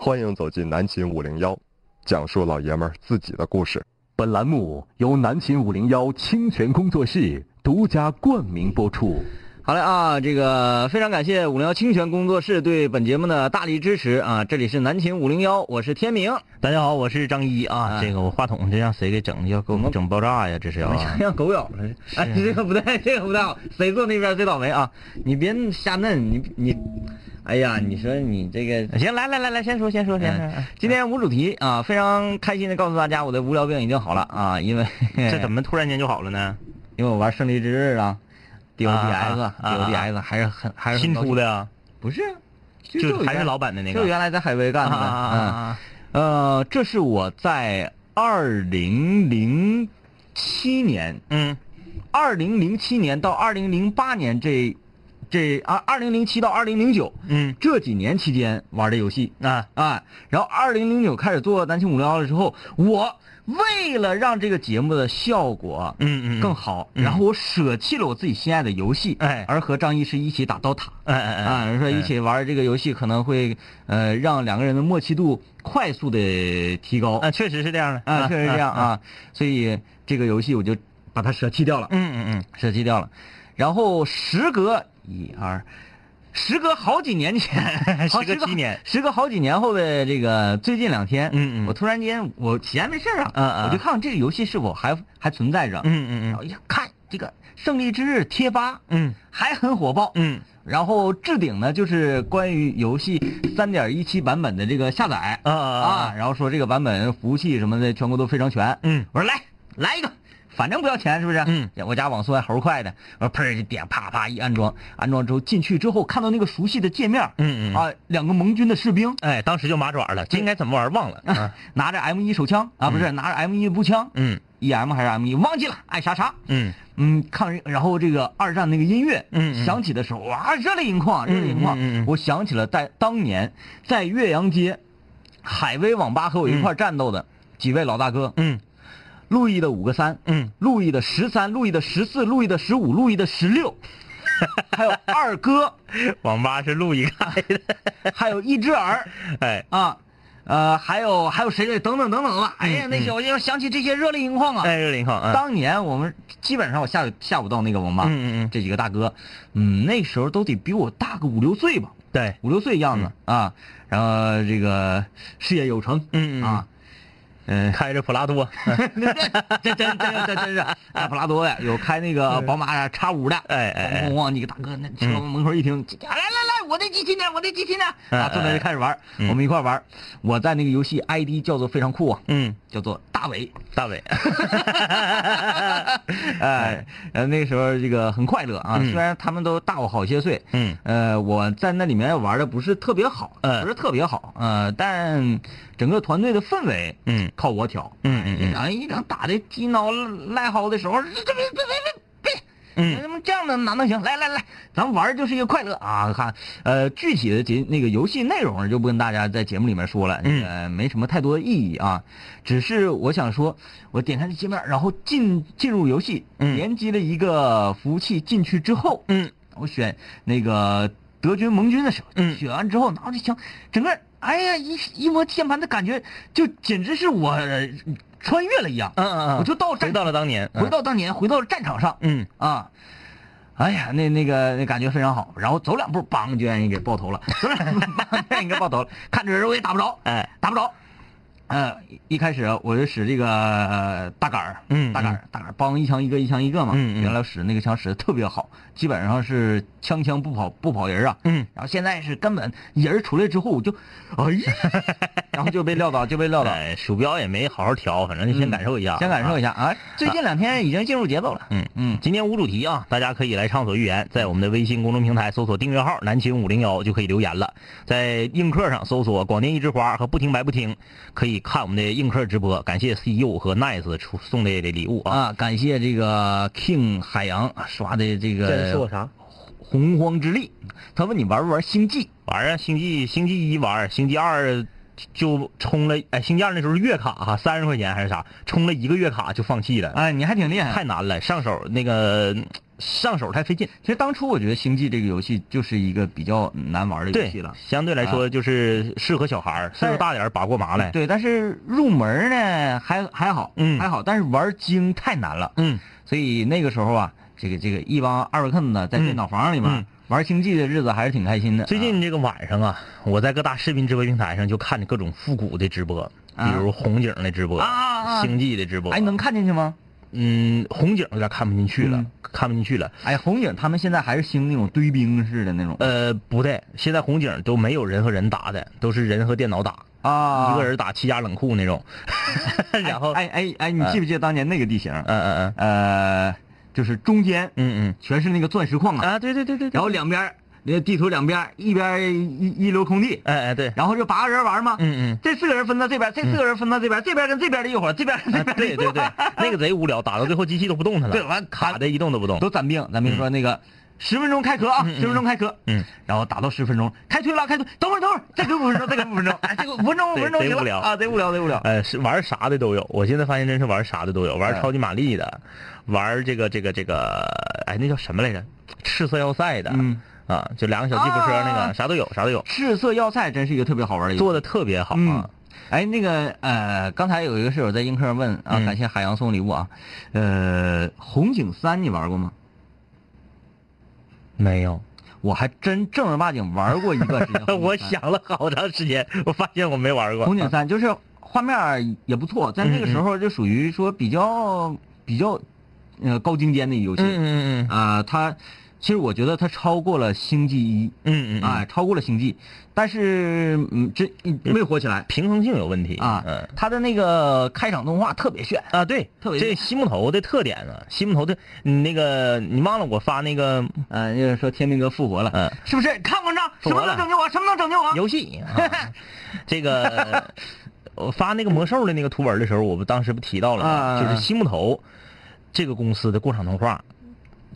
欢迎走进南秦五零幺，讲述老爷们儿自己的故事。本栏目由南秦五零幺清泉工作室独家冠名播出。好嘞啊，这个非常感谢五零幺清泉工作室对本节目的大力支持啊！这里是南秦五零幺，我是天明。大家好，我是张一啊。哎这个我话筒这让谁给整的？要给我们整爆炸呀？这 是要啊。像狗咬了，哎，这个不对， 这个不太好。谁坐那边最倒霉啊？你别瞎嫩，你你，哎呀，你说你这个 哎行，来来来来，先说先说先说。今天无主题啊，非常开心的告诉大家，我的无聊病已经好了啊，因为这怎么突然间就好了呢？因为我玩胜利之日啊，DODX 啊啊啊 DODX 还是很还是很新高兴出的呀？不是，啊就原还是老版的那个就原来在海威啊干的，啊啊嗯，啊！呃，这是我在二零零七年，嗯，二零零七年到二零零八年这这啊，二零零七到二零零九，嗯这几年期间玩的游戏，啊啊，然后二零零九开始做南青五零幺了之后，我为了让这个节目的效果嗯嗯嗯更好，嗯然后我舍弃了我自己心爱的游戏，哎而和张医师一起打刀塔，哎哎哎啊，说一起玩这个游戏可能会呃让两个人的默契度快速的提高，啊，确实是这样的啊，确实这样。啊，所以这个游戏我就把它舍弃掉了，嗯嗯嗯，舍弃掉了，然后时隔一二，时隔好几年前，好时隔七年时隔好几年后的这个最近两天，嗯嗯我突然间我闲没事儿啊，嗯嗯我就看看这个游戏是否还还存在着，嗯嗯嗯然后一看这个《胜利之日》贴吧，嗯还很火爆，嗯然后置顶呢就是关于游戏三点一七版本的这个下载，啊啊啊，啊然后说这个版本服务器什么的全国都非常全。嗯我说来来一个，反正不要钱是不是？嗯，我家网速还猴快的，我说砰就点，啪啪一安装，安装之后进去之后看到那个熟悉的界面，嗯嗯啊，嗯两个盟军的士兵哎，当时就麻爪了，这应该怎么玩忘了啊？拿着 M 一手枪啊，不是拿着 M 一步枪，嗯，EM 还是 M 一忘记了，爱啥啥。嗯嗯，看，然后这个二战那个音乐，嗯嗯响起的时候，哇，热泪盈眶，热泪盈眶。嗯嗯嗯我想起了在当年在岳阳街海威网吧和我一块儿战斗的、几位老大哥，嗯路易的五个三，嗯，路易的十三，路易的十四，路易的十五，路易的十 六，还有二哥，网吧是录一个，还有一只耳哎啊，呃，还有还有谁谁等等等等吧。哎呀，嗯那些我就想起这些热泪盈眶啊。哎，热林康啊，当年我们基本上我下午下午到那个网吧，嗯嗯嗯，这几个大哥，嗯，那时候都得比我大个五六岁吧，对，五六岁样子、嗯啊。然后这个事业有成，嗯嗯啊，嗯、开着普拉多，这 真真真真是开普拉多的，有开那个宝马叉五的，哎哎哎咣咣咣，你个大哥那车门口一停，来来来，我的机器呢？我的机器呢？嗯啊，坐那就开始玩，嗯我们一块玩。我在那个游戏 ID 叫做非常酷啊，嗯，叫做大伟，大伟，哎，呃，那时候这个很快乐啊，嗯虽然他们都大我好些岁，嗯呃，我在那里面玩的不是特别好，嗯不是特别好，呃，但整个团队的氛围，嗯靠我挑，嗯嗯嗯然后一整打的鸡挠赖薅的时候，这这别别别别别，嗯那么这样的哪能行？来来来，咱们玩儿就是一个快乐啊！看，呃，具体的节那个游戏内容就不跟大家在节目里面说了，嗯呃，没什么太多的意义啊。只是我想说，我点开这界面，然后进进入游戏，嗯连接了一个服务器，进去之后，嗯，我选那个德军盟军的时候，嗯选完之后拿着枪，整个哎呀一一摸键盘的感觉，就简直是我呃穿越了一样，嗯嗯，我就到回战到了当年，回到当年，回到了战场上，嗯啊，哎呀，那那个那感觉非常好，然后走两步，梆就让人给爆头了，走两步，梆就让人给爆头了，看着人我也打不着，哎，打不着。呃，一开始我就使这个、呃大杆儿，嗯大杆儿，大杆儿，梆一枪一个，一枪一个嘛。嗯嗯原来使那个枪使的特别好，基本上是枪枪不跑不跑人儿啊。嗯然后现在是根本人儿出来之后，我就，哎呀， 然后就被撂倒，就被撂倒。哎，鼠标也没好好调，反正嗯就先感受一下，先感受一下。下啊！最近两天已经进入节奏了。嗯嗯，今天无主题啊，大家可以来畅所欲言，在我们的微信公众平台搜索订阅号“南秦五零幺”就可以留言了，在映客上搜索“广电一枝花”和“不听白不听”，可以看我们的映客直播。感谢 CEO 和 Nice 出送的礼物啊！啊，感谢这个 King 海洋刷的这这是我个啊啥？洪荒之力。他问你玩不玩星际？玩啊，星际星际一玩，星际二就充了，哎，星舰那时候月卡哈，三十块钱还是啥，充了一个月卡就放弃了，哎，你还挺厉害。太难了，上手那个上手太费劲。其实当初我觉得《星际》这个游戏就是一个比较难玩的游对戏了，。相对来说就是适合小孩儿，岁但数是大点儿拔过麻来。嗯对，但是入门呢还还好，嗯还好，但是玩精太难了，嗯，所以那个时候啊，这个这个一帮二位坑呢在嗯电脑房里面、嗯玩星际的日子还是挺开心的。最啊近这个晚上啊，我在各大视频直播平台上就看着各种复古的直播，比啊如红警的直播，啊啊啊星际的直播。哎，能看进去吗？嗯，红警有点看不进去了，嗯看不进去了。哎，红警他们现在还是兴那种堆兵式的那种呃，不对，现在红警都没有人和人打的，都是人和电脑打，啊呃一个人打七家冷库那种。 然后，哎哎哎，你哎记不记得当年那个地形？嗯嗯呃，就是中间嗯嗯全是那个钻石矿嗯，啊，啊，对对对对对。然后两边儿那地图两边儿一边儿一一溜空地，哎哎对，然后就八个人玩嘛。嗯嗯。这四个人分到这边，这四个人分到这边，这边跟这边的一伙，这边跟这 啊，边的对一伙对对，那个贼无聊，打到最后机器都不动弹了，对完卡的一动都不动。都攒兵。咱们说那个十分钟开壳啊，嗯嗯嗯十分钟开壳，嗯，然后打到十分钟，开推了，开推，等会儿等会儿，再给五分钟，再给五 分钟，哎，这个五分钟五对分钟贼行无了聊啊，贼无聊贼无聊。哎，是玩啥的都有。我现在发现真是玩啥的都有，玩哎超级玛丽的，玩这个这个这个，哎，那叫什么来着？赤色要塞的，嗯啊，就两个小吉普车那个，啊啥都有，啥都有，赤色要塞真是一个特别好玩的游戏，做的特别好啊。哎，那个呃，刚才有一个室友在映客问啊，嗯感谢海洋送礼物啊。呃，红警三你玩过吗？没有，我还真正儿八经玩过一段时间红警三。 我想了好长时间，我发现我没玩过。红警三就是画面儿也不错，在那嗯个时候就属于说比较比较呃高精尖的游戏嗯嗯嗯啊、它其实我觉得它超过了星际一。嗯嗯嗯，啊，超过了星际，但是嗯，这没火起来平衡性有问题啊嗯。。它的那个开场动画特别炫，啊，对，特别这厉西木头的特点呢，西木头的，你那个你忘了我发那个呃，就是说天明哥复活了，嗯是不是？看文章，复什活么了能拯救我？什么能拯救我？游戏， 啊、这个我发那个魔兽的那个图文的时候，我不当时不提到了吗？啊就是西木头这个公司的过场动画，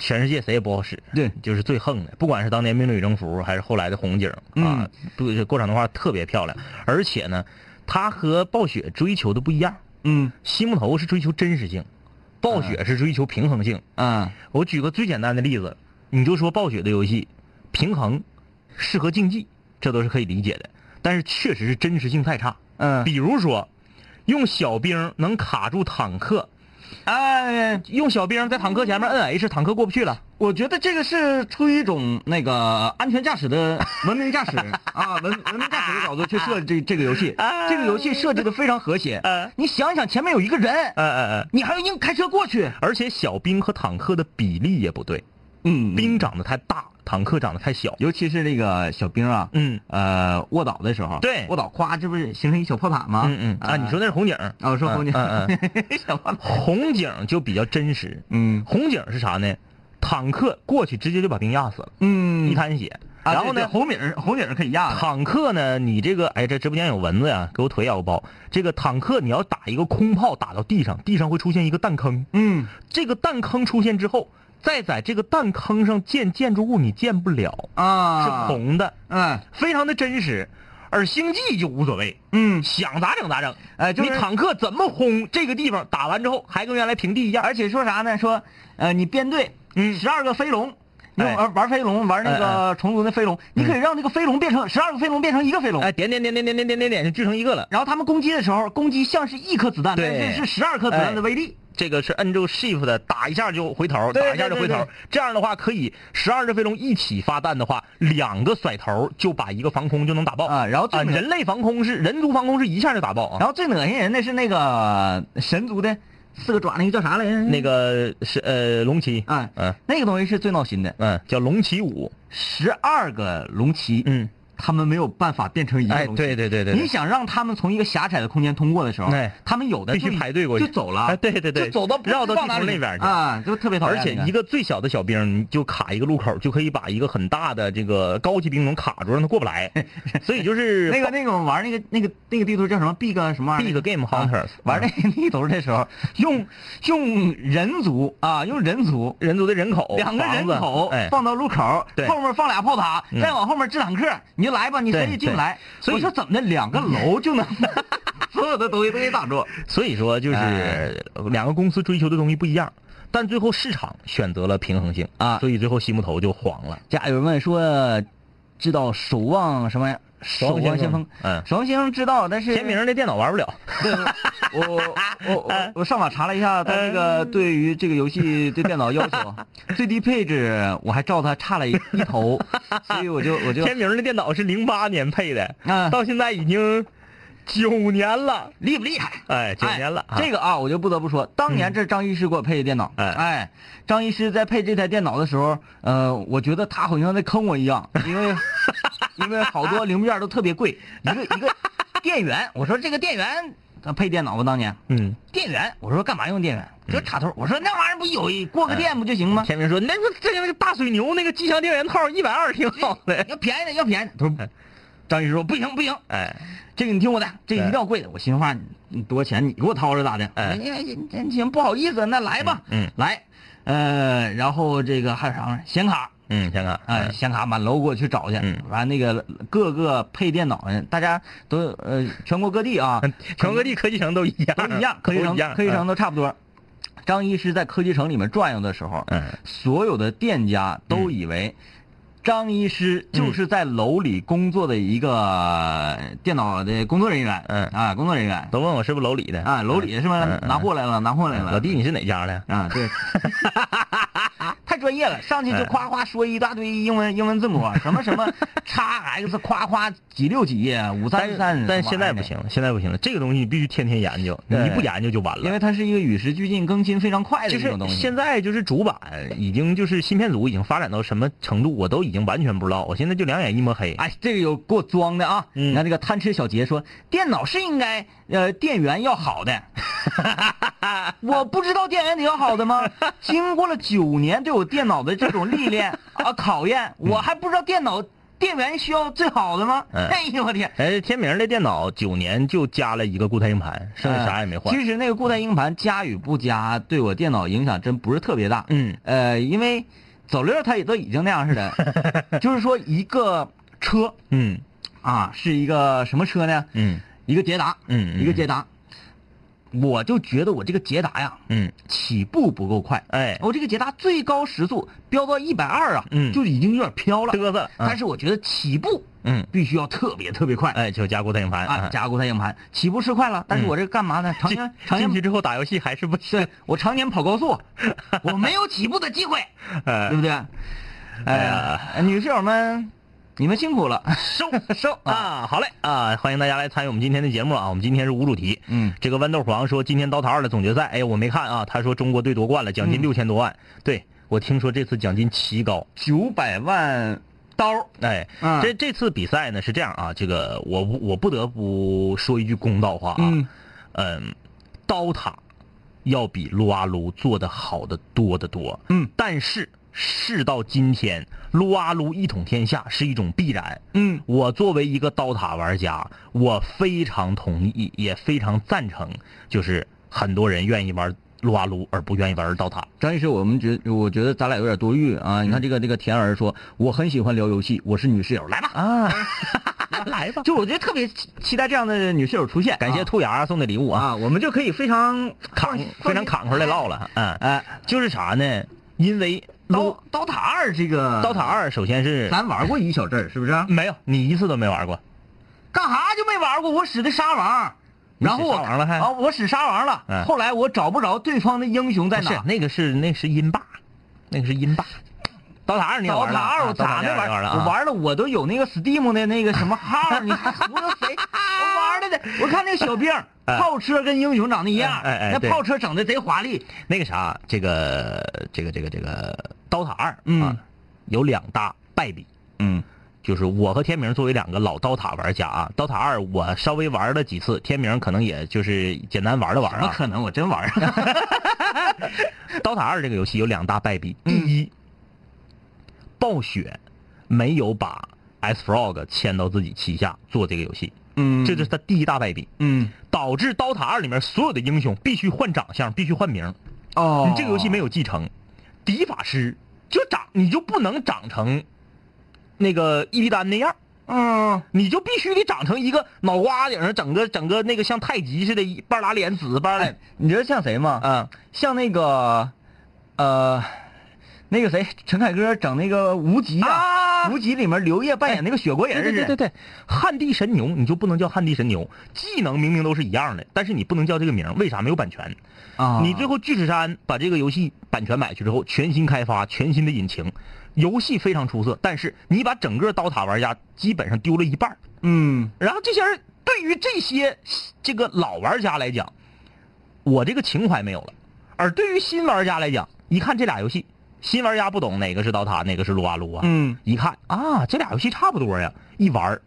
全世界谁也不好使。对就是最横的，不管是当年《命令与征服》还是后来的《红警》啊，不是过场动画特别漂亮，而且呢，它和暴雪追求的不一样。嗯西木头是追求真实性，暴雪是追求平衡性。啊我举个最简单的例子，你就说暴雪的游戏，平衡适合竞技，这都是可以理解的。但是确实是真实性太差。嗯，比如说，用小兵能卡住坦克，哎，用小兵在坦克前面摁 H，坦克过不去了。我觉得这个是出于一种那个安全驾驶的文明 驾驶啊，文文明驾驶的角度去设计这个游戏，啊这个游戏设计的非常和谐啊。你想想，前面有一个人，呃呃呃，你还要硬开车过去，而且小兵和坦克的比例也不对，嗯兵，兵长得太大，坦克长得太小。尤其是那个小兵啊，嗯呃，卧倒的时候，对卧倒，咵，这不是形成一小炮塔吗？嗯嗯啊，你说那是红警？啊，我说红警，嗯嗯 小炮塔，红警就比较真实。嗯红警是啥呢？坦克过去直接就把兵压死了，嗯一滩血。啊然后对呢对，红米儿红米儿可以压的。坦克呢？你这个哎，这直播间有蚊子呀，给我腿咬个包。这个坦克你要打一个空炮打到地上，地上会出现一个弹坑。嗯，这个弹坑出现之后，再在这个弹坑上建建筑物，你建不了，啊，是，红的，嗯非常的真实。而星际就无所谓，嗯，想咋整咋呃整。哎就是你坦克怎么轰这个地方，打完之后还跟原来平地一样。而且说啥呢？说，呃，你编队，嗯十二个飞龙，用哎玩玩飞龙，玩那哎个虫族的飞龙，你可以让这个飞龙变成十二个飞龙变成一个飞龙，哎，点点点点点点点点点就聚成一个了。然后他们攻击的时候，攻击像是一颗子弹，但对哎是是十二颗子弹的威力。这个是摁住 shift 的，打一下就回头，对打一下就回对头对。这样的话，可以十二只飞龙一起发弹的话，两个甩头就把一个防空就能打爆啊然后最啊，美人类防空是人族防空是一下就打爆啊。然后最恶心人的是那个神族的四个爪，那个叫啥来着？那个是呃龙骑，啊嗯那个东西是最闹心的，嗯，叫龙骑五，十二个龙骑，嗯，他们没有办法变成一个哎，龙骑。对对对对你对，想让他们从一个狭窄的空间通过的时候，哎他们有的必须就已排队过去就走了，哎对对就对走到绕不到知道哪里地图那边去啊，就特别讨而厌那且个。一个最小的小兵，你就卡一个路口，就可以把一个很大的这个高级兵种卡住，让他过不 来。所以就是那个那个我玩那个那个那个地图叫什么 Big 什么玩意儿 Big Game 啊 Hunters，玩那个地图的时候，用用人族啊，用人族人族的人口，两个人哦房子口哎，放到路口对，后面放俩炮塔，嗯再往后面掷坦克，你就来吧，你谁对也进不对来。所以我说怎么的，两个楼就能 所有的东西都给挡住。所以说，就是哎两个公司追求的东西不一样，但最后市场选择了平衡性啊所以最后西木头就黄了。家友们说，知道守望什么呀？守望先锋，嗯守望先锋知道，但是天明的电脑玩不了， 我我 我我上网查了一下，他那个对于这个游戏对电脑要 求，最低配置我还照他差了一一头，所以我就我就天明的电脑是零八年配的，啊到现在已经九年了，厉不厉害？哎，九年了。哎这个个啊，我就不得不说，当年这张医师给我配的电脑，哎哎，张医师在配这台电脑的时候，呃，我觉得他好像在坑我一样，因 为因为好多零部件都特别贵，一个 一个电源，我说这个电源，他配电脑吧，当年嗯，电源，我说干嘛用电源？就插头，我说那玩意儿不有一过个哎电不就 行吗？天明说，那个这个那个大水牛那个机箱电源套一百二挺好 的。要便宜的要便宜的，他说张医师说不行不行，哎，这个你听我的，这个一定要贵的。我心话，你你多少钱？你给我掏是咋的？哎呀，那行，不好意思，那来吧，嗯嗯来，呃，然后这个还有啥玩意儿？显卡，嗯，想看，哎、显卡满楼给我去找去，嗯完那个各个配电脑人，大家都呃全国各地啊，嗯全国各地科技城都一样，都一 样，科嗯技都城一样嗯科技城，都差不多。张医师在科技城里面转悠的时候，嗯所有的店家都以为张医师就是在楼里工作的一个电脑的工作人员，嗯啊，工作人员都问我是不是楼里的啊，楼里是吧？嗯嗯拿货来了，拿货来了，老弟，你是哪家的？啊，对， 太专业了，上去就夸夸说一大堆英文英文字母，啊什么什么 x x 夸夸几六几啊五但三三，嗯哎但现在不。行了，现在不行了，这个东西你必须天天研究，你对一不研究就完因了。为它是一个与时俱进、更新非常快的就一是种东西。现在就是主板已经就是芯片组已经发展到什么程度，我都已经完全不知道，我现在就两眼一摸黑。哎，这个有给我装的啊！嗯你看这个贪吃小杰说，电脑是应该呃电源要好的， 我不知道电源得要好的吗？经过了九年对我电脑的这种历 练啊考验，我还不知道电脑电源需要最好的吗？嗯哎呦我天！哎，天明的电脑九年就加了一个固态硬盘， 剩下啥也没换。哎其实那个固态硬盘加与不加，对我电脑影响真不是特别大。嗯，呃，因为走溜儿它也都已经那样似 的，就是说一个车嗯啊是一个什么车呢？嗯一个捷达，嗯嗯一个捷达，我就觉得我这个捷达呀，嗯，起步不够快，哎，我这个捷达最高时速飙到一百二啊，嗯就已经有点飘了，嘚瑟了。但是是我觉得起步嗯，必须要特别特别快，哎，就加固态硬盘啊，啊。加固态硬盘，起步是快了，但是嗯我这干嘛呢？常年常进年去之后打游戏还是不对我常年跑高速，我没有起步的机 会，对不对？哎呀，女室友们，你们辛苦了， 收收啊，啊，好嘞啊，欢迎大家来参与我们今天的节目啊，我们今天是无主题。嗯，这个豌豆黄说，今天刀塔二的总决赛，哎呀，我没看啊。他说中国队夺冠了，奖嗯金六千多万。对我听说这次奖金奇高，九百万刀儿，哎，嗯这这次比赛呢是这样啊，这个我不我不得不说一句公道话啊，嗯嗯，刀塔要比撸啊撸做的好的多得多，嗯，但是事到今天，撸啊撸一统天下是一种必然，嗯我作为一个刀塔玩家，我非常同意，也非常赞成，就是很多人愿意玩撸啊撸而不愿意玩刀塔。张医师，我们觉我觉得咱俩有点多虑啊！你看这个这个田儿说，我很喜欢聊游戏，我是女室友，来吧啊，来吧！就我觉得特别期期待这样的女室友出现，感谢啊兔牙送的礼物啊，啊，我们就可以非常扛非常扛出来唠了，嗯，哎，就是啥呢？因为刀撸呃刀塔嗯二这个刀塔，二首先是咱玩过一小阵儿，是不是？没有，你一次都没玩过。干啥就没玩过？我使的沙王，然后我你使沙王了还啊，我使沙王了、嗯后来我找不着对方的英雄在不是哪，那个是那是音霸，那个是音霸。刀塔二你也刀玩了塔啊？二我刀咋塔你没也玩？玩了啊？我玩了，我都有那个 Steam 的那个什么 号，你还糊弄谁？我玩了的，我看那个小 兵儿炮车跟英雄长得一样，哎哎哎那对炮车整的贼华丽。那个啥，这个这个这个这个刀塔二啊嗯，有两大败笔。嗯就是我和天明作为两个老刀塔玩家啊，刀塔二我稍微玩了几次，天明可能也就是简单玩了玩怎么啊。可能？我真玩儿。 刀塔二这个游戏有两大败笔，第嗯一，暴雪没有把 S Frog 签到自己旗下做这个游戏，嗯这就是他第一大败笔，嗯导致刀塔二里面所有的英雄必须换长相，必须换名，哦你这个游戏没有继承，敌法师就长你就不能长成那个伊利丹那样，嗯，你就必须得长成一个脑瓜顶上整个整个那个像太极似的一半拉脸紫半拉哎脸，，你知道像谁吗？嗯，像那个，呃，那个谁，陈凯歌整那个无极啊啊，无极里面刘烨扮演那个雪国人似对对的，对对对，旱地神牛你就不能叫旱地神牛，技能明明都是一样的，但是你不能叫这个名儿，为啥？没有版权。啊，你最后巨齿山把这个游戏版权买去之后，全新开发，全新的引擎，游戏非常出色，但是你把整个刀塔玩家基本上丢了一半儿。嗯然后这些人对于这些这个老玩家来讲，我这个情怀没有了；而对于新玩家来讲，一看这俩游戏，新玩家不懂哪个是刀塔，哪个是撸啊撸啊，嗯，一看啊，这俩游戏差不多呀，一玩儿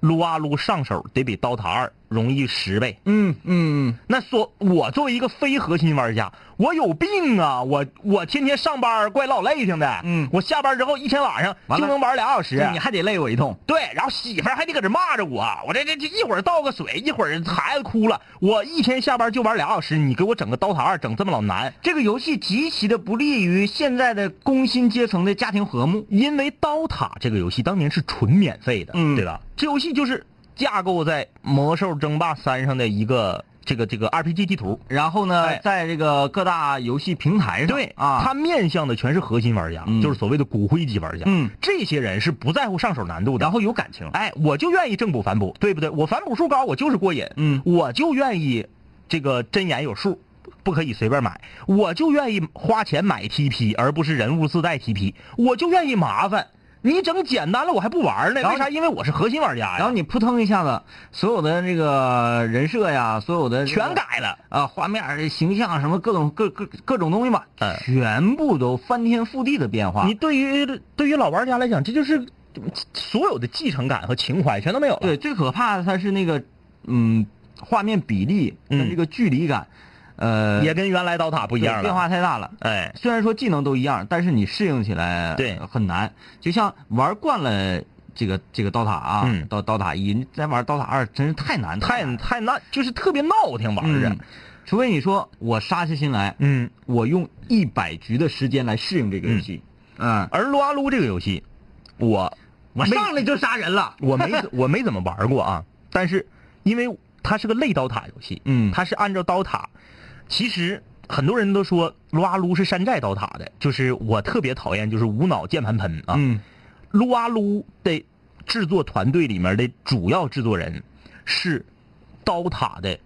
撸啊撸上手得比刀塔二容易十倍。嗯嗯那说，我作为一个非核心玩家，我有病啊！我我天天上班怪老累挺的，嗯我下班之后一天晚上完就了能玩俩小时，嗯，你还得累我一通，对，然后媳妇儿还得搁这骂着我，我这这这一会儿倒个水，一会儿孩子哭了，我一天下班就玩俩小时，你给我整个刀塔二整这么老难，这个游戏极其的不利于现在的工薪阶层的家庭和睦。因为刀塔这个游戏当年是纯免费的，嗯对吧？这游戏就是架构在魔兽争霸三上的一个这个这个 RPG 地图，啊然后呢，哎在这个各大游戏平台上，对啊，它面向的全是核心玩家，嗯就是所谓的骨灰级玩家，嗯，这些人是不在乎上手难度的，然后有感情，哎，我就愿意正补反补，对不对？我反补数高，我就是过瘾。嗯我就愿意这个针眼有数，不可以随便买。我就愿意花钱买 TP，而不是人物自带 TP。我就愿意麻烦。你整简单了，我还不玩呢？然后为啥？因为我是核心玩家呀。然后你扑腾一下子，所有的这个人设呀，所有的这个全改了。啊，画面儿、形象什么各种各各各种东西吧，嗯全部都翻天覆地的变化。你对于对于老玩家来讲，这就是所有的继承感和情怀全都没有了。对，最可怕的它是那个嗯，画面比例嗯跟这个距离感，呃，也跟原来刀塔不不一样了。变化太大了。哎，虽然说技能都一样，但是你适应起来对很难。就像玩惯了这个这个刀塔啊，嗯刀刀塔一，你再玩刀塔二真是太难太难了太闹，就是特别闹挺玩着嗯。除非你说我杀下心来，嗯，我用一百局的时间来适应这个游戏，嗯，而撸啊撸这个游戏，我我没上来就杀人 了，我没怎我没怎么玩过啊，但是因为它是个类刀塔游戏，嗯它是按照刀塔，其实很多人都说撸啊撸是山寨刀塔的，就是我特别讨厌就是无脑键盘喷啊，嗯撸啊撸的制作团队里面的主要制作人是刀塔的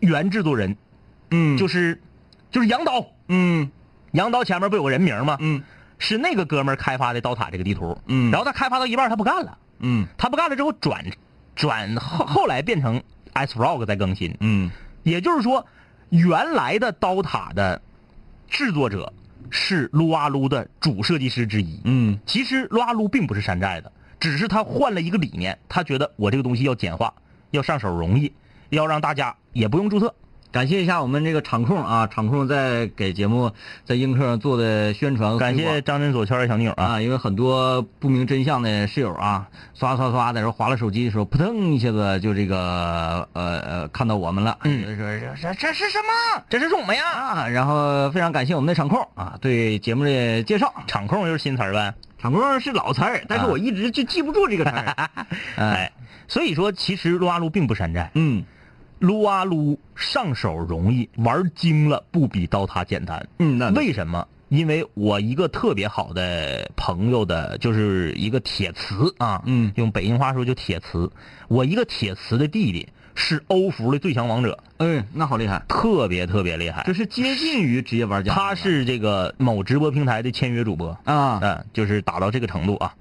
原制作人，嗯就是是就是杨刀，嗯杨刀前面不有个人名吗？嗯是那个哥们儿开发的刀塔这个地图，嗯然后他开发到一半儿他不干了。嗯他不干了之后转转后后来变成 S Frog 在更新，嗯也就是说，原来的刀塔的制作者是撸啊撸的主设计师之一。嗯其实撸啊撸并不是山寨的，只是他换了一个理念，他觉得我这个东西要简化，要上手容易，要让大家也不用注册。感谢一下我们这个场控啊，场控在给节目在映客上做的宣传和推感广，谢张真左圈的小妞啊，啊，因为很多不明真相的室友啊，刷刷刷在这划了手机的时候，扑腾一下子就这个呃呃看到我们了，嗯就说这这这是什么这是什么呀？啊？然后非常感谢我们的场控啊，对节目的介绍。场控就是新词儿呗。场控是老词儿，但是啊我一直就记不住这个词儿。哎， 哎，所以说其实撸啊撸并不山寨。嗯撸啊撸上手容易，玩精了不比刀塔简单。嗯，那为什么？因为我一个特别好的朋友的，就是一个铁磁啊，嗯用北京话说就铁磁。我一个铁磁的弟弟是欧服的最强王者，哎那好厉害，特别特别厉害这。是接近于职业玩家了。他是这个某直播平台的签约主播，啊，嗯，就是打到这个程度啊。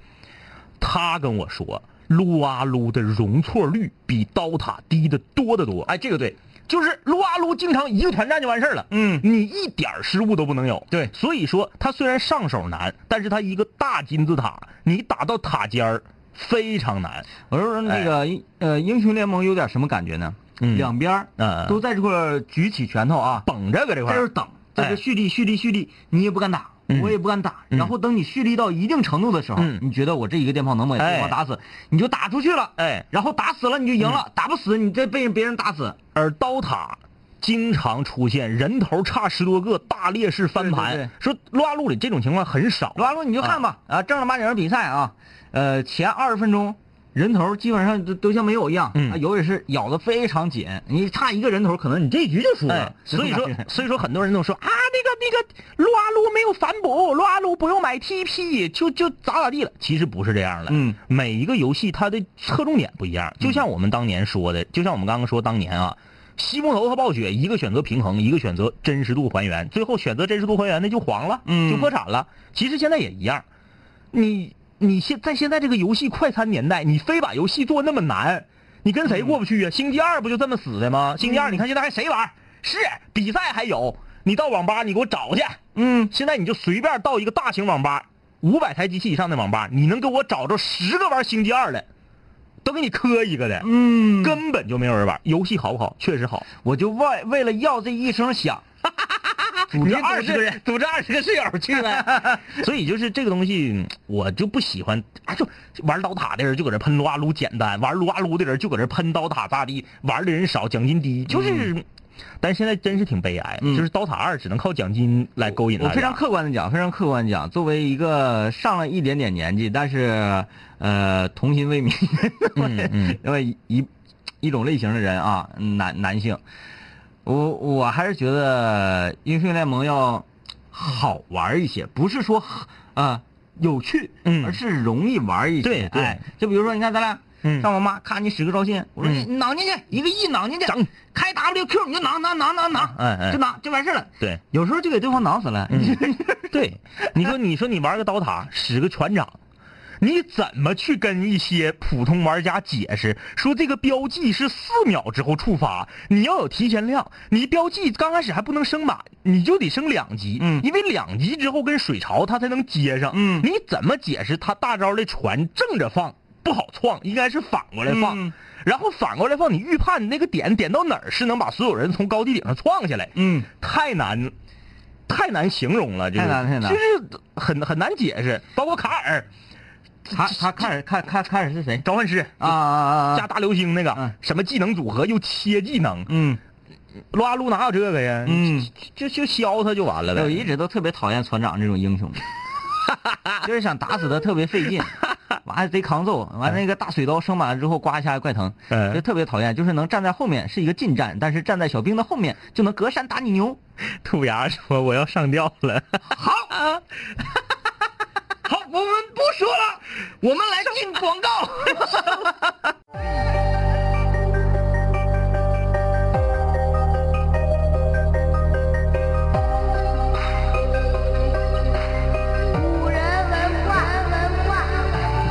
他跟我说，撸啊撸的容错率比刀塔低的多得多。哎，这个对，就是撸啊撸经常一个团战就完事儿了。嗯你一点儿失误都不能有。对所以说它虽然上手难，但是它一个大金字塔，你打到塔尖儿非常难。我说那个英呃英雄联盟有点什么感觉呢？哎嗯两边儿嗯嗯都在这块儿举起拳头啊，绷着搁这块在这儿儿，等，哎在这蓄力、蓄力、蓄力，你也不敢打，嗯我也不敢打。嗯然后等你蓄力到一定程度的时候嗯，你觉得我这一个电炮能把哎对方打死，你就打出去了。哎，嗯然后打死了你就赢了，打不死你再被别人打死。而刀塔。经常出现人头差十多个大劣势翻盘，对对对说撸啊撸里这种情况很少。撸啊撸你就看吧，啊，正儿八经的比赛啊，呃，前二十分钟人头基本上都都像没有一样，嗯啊有也是咬的非常紧，你差一个人头，可能你这局就输了。哎，这种所以说感觉，所以说很多人都说啊，那个那个撸啊撸没有反补，撸啊撸不用买 TP，就就咋咋地了。其实不是这样的，嗯，每一个游戏它的侧重点不一样。就像我们当年说的，就像我们刚刚说当年啊，西木头和暴雪一个选择平衡，一个选择真实度还原，最后选择真实度还原的就黄了，嗯就破产了。其实现在也一样，你你现在现在这个游戏快餐年代，你非把游戏做那么难，你跟嗯谁过不去啊？星期二不就这么死的吗？星期二你看现在还谁玩？是比赛还有，你到网吧你给我找去。嗯，现在你就随便到一个大型网吧，五百台机器以上的网吧，你能给我找着十个玩星期二的，都给你磕一个的，嗯，根本就没有人玩。游戏好不好？确实好。我就为为了要这一声响，组织你二十个人，组织二十个室友去呗。 所以就是这个东西，嗯我就不喜欢啊！就玩刀塔的人就搁这喷撸啊撸简单，玩撸啊撸的人就搁这喷刀塔咋地，玩的人少，奖金低，就是。但是现在真是挺悲哀，嗯就是刀塔二只能靠奖金来勾引大我家。非常客观的讲，非常客观地讲，作为一个上了一点点年纪，但是呃童心未泯，嗯嗯因为一一种类型的人啊，男男性，我我还是觉得英雄联盟要好玩一些，不是说啊、呃有趣，嗯而是容易玩一些。对对哎，就比如说你看咱俩。嗯上网吧，咔，你使个招信，我说嗯你挠进去，一个亿挠进去，整开 WQ 你就挠挠挠挠挠，哎哎就挠就完事儿了。对，有时候就给对方挠死了。 嗯对，你说你说你玩个刀塔，使个船长，你怎么去跟一些普通玩家解释说这个标记是四秒之后触发，你要有提前量，你标记刚开始还不能升满，你就得升两级，嗯因为两级之后跟水槽它才能接上，嗯你怎么解释他大招的船正着放不好创，应该是反过来放，嗯然后反过来放，你预判你那个点点到哪儿是能把所有人从高地顶上撞下来，嗯，太难，太难形容了，就是太难太难就是很很难解释。包括卡尔、他他看着看看看着是 谁召唤师啊啊啊加啊！大流星那个、嗯什么技能组合又切技能，嗯撸啊撸哪有这个呀？嗯，就就削他就完了我呗。一直都特别讨厌船长这种英雄，就是想打死他特别费劲，完还贼抗揍，完那个大水刀升满了之后刮一下怪疼，嗯就特别讨厌。就是能站在后面是一个近战，但是站在小兵的后面就能隔山打你牛。兔牙说我要上吊了， 好，我们不说了，我们来进广 告。古人文化，文化。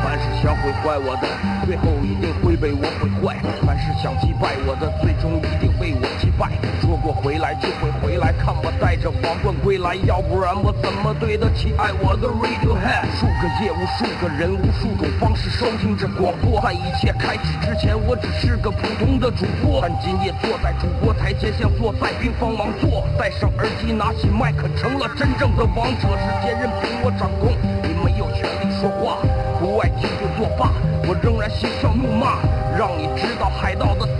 凡是想毁坏我的，最后一定会被我毁坏；凡是想击败我的，最终一定被我击败。说过回来就会回来，看我带着皇冠归来，要不然我怎么对得起爱我的 Radiohead？数个夜，无数个人，无数种方式收听着广播。在一切开始之前，我只是个普通的主播，但今夜坐在主播台前，像坐在冰封王座。戴上耳机，拿起麦克，成了真正的王者。世界任凭我掌控，你没有权利说话。不爱听就作罢，我仍然嬉笑怒骂，让你知道海盗的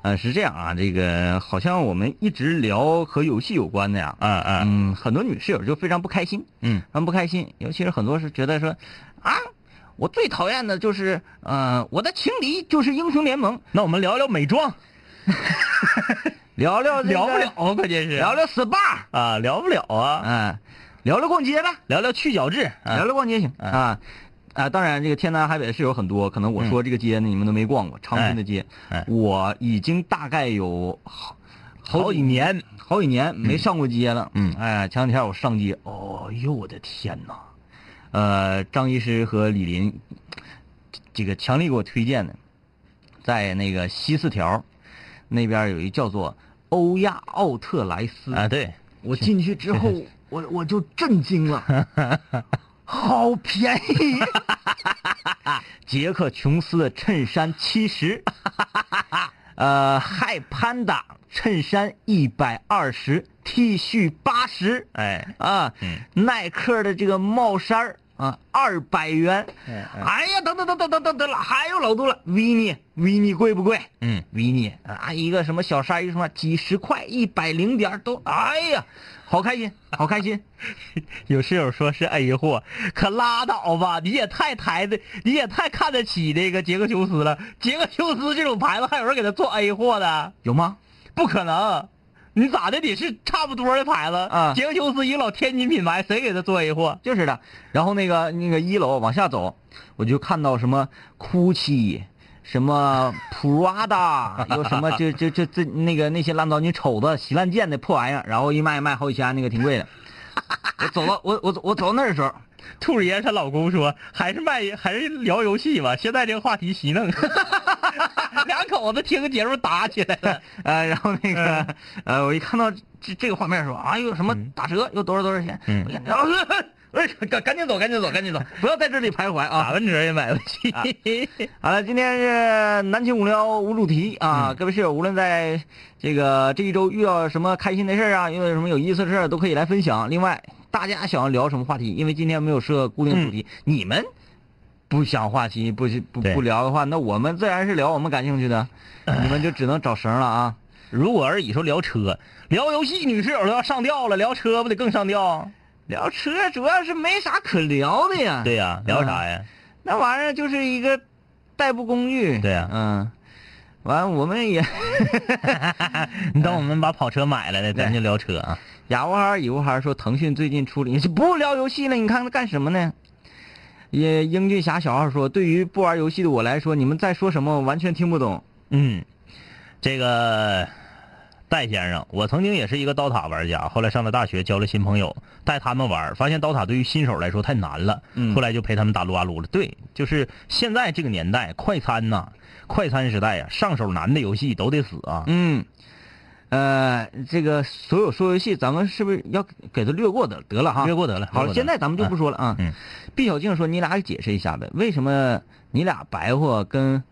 呃，是这样啊，这个好像我们一直聊和游戏有关的呀，嗯嗯嗯，很多女室友就非常不开心，嗯，很不开心，尤其是很多是觉得说，啊，我最讨厌的就是，呃，我的情敌就是英雄联盟，那我们聊聊美妆，聊聊、聊不了，啊，关键是聊聊 SPA，啊，聊不了啊，嗯、聊聊逛街吧，聊聊去角质，啊聊聊逛街行嗯啊。啊，当然，这个天南海北的室友很多，可能我说这个街呢，你们都没逛过，长春的街，哎哎我已经大概有好好几年，好几年没上过街了。嗯哎，前两天我上街，哦呦我的天哪！呃，张医师和李林这个强力给我推荐的，在那个西四条那边有一叫做欧亚奥特莱斯啊，对，我进去之 后，我我就震惊了，好便宜！ 杰克琼斯的衬衫七十，呃，嗨潘达衬衫一百二十，T 恤八十，哎啊，耐克的这个帽衫儿啊二百元，哎呀，等等等等等等等了，还有老多了，维尼维尼贵不贵？嗯，维尼啊，一个什么小鲨鱼什么几十块，一百零点儿都，哎呀，好开心，好开心。 有室友说是 A 货，可拉倒吧！你也太抬的，你也太看得起这个杰克琼斯了。杰克琼斯这种牌子，还有人给他做 A 货的？有吗？不可能！你咋的？得是差不多的牌子啊杰克琼斯一老天津品牌，谁给他做 A 货？就是的，然后那个那个一楼往下走，我就看到什么 GUCCI，什么 Prada，又什么这这这这那个那些烂糟你瞅的稀烂贱的破玩意儿，然后一卖卖好几千，那个挺 贵的。我走到我我我走到那儿的时候，兔儿爷她老公说，还是卖还是聊游戏吧，现在这个话题稀 弄。两口子听个节目打起来了。嗯呃，然后那个、呃，我一看到这这个画面说，哎呦什么打折又多少多少钱，嗯我感觉， 哎，赶赶紧走，赶紧走，赶 紧走，不要在这里徘徊啊！打完折也买不起。 好了，今天是南秦五零幺无主题嗯啊，各位室友，无论在这个这一周遇到什么开心的事儿啊，遇到什么有意思的事儿，都可以来分享。另外，大家想要聊什么话题？因为今天没有设固定主题，你们不想话题不不嗯对不聊的话，那我们自然是聊我们感兴趣的，你们就只能找绳了啊。如果而已说聊车，聊游戏女室友都要上吊了，聊车不得更上吊？聊车主要是没啥可聊的呀，对呀、聊啥呀？那玩意儿就是一个代步工具。对啊呀嗯，完我们也。你等我们把跑车买来了，咱就聊车啊。雅乌哈乙乌哈说，腾讯最近出了，你这不聊游戏了，你看他干什么呢？也英俊侠小号说，对于不玩游戏的我来说，你们在说什么，我完全听不懂。嗯，这个戴先生，我曾经也是一个刀塔玩家，后来上了大学，交了新朋友，带他们玩，发现刀塔对于新手来说太难了，嗯后来就陪他们打撸啊撸了。对，就是现在这个年代，快餐呐、快餐时代呀、上手难的游戏都得死啊。嗯，呃，这个所有说游戏，咱们是不是要给他略过的得了哈？略过得了好略过得了，了现在咱们就不说了啊。嗯，毕小静说，你俩给解释一下呗，为什么你俩白话跟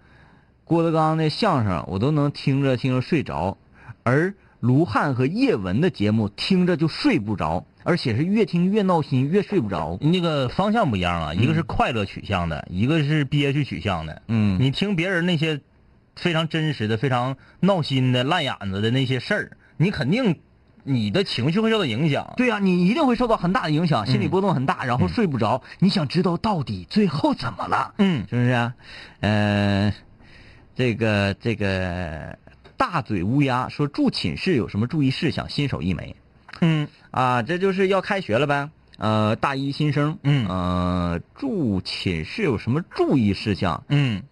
郭德纲的相声，我都能听着听着睡着，而卢汉和叶文的节目听着就睡不着，而且是越听越闹心，越睡不着。那个方向不一样啊，一个是快乐取向的，一个是憋屈取向的。嗯你听别人那些非常真实的、非常闹心的、烂眼子的那些事儿，你肯定你的情绪会受到影响。嗯对呀、你一定会受到很大的影响，心理波动很大，然后睡不着。你想知道到底最后怎么了？嗯，是不是、啊？呃，这个这个大嘴乌鸦说住寝室有什么注意事项？新手一枚嗯啊，这就是要开学了呗。呃，大一新生，嗯呃，住寝室有什么注意事项？嗯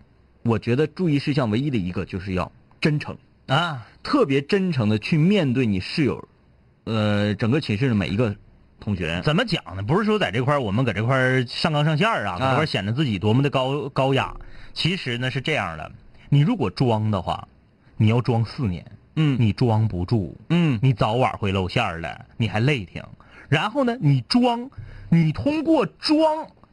我觉得注意事项唯一的一个就是要真诚，啊，特别真诚的去面对你室友，呃，整个寝室的每一个同学。怎么讲呢？不是说在这块儿我们搁这块儿上纲上线儿啊，搁这块儿显得自己多么的高高雅。其实呢是这样的，你如果装的话，你要装四年，嗯你装不住。嗯你早晚会露馅儿的，你还累挺。然后呢，你装，你通过装，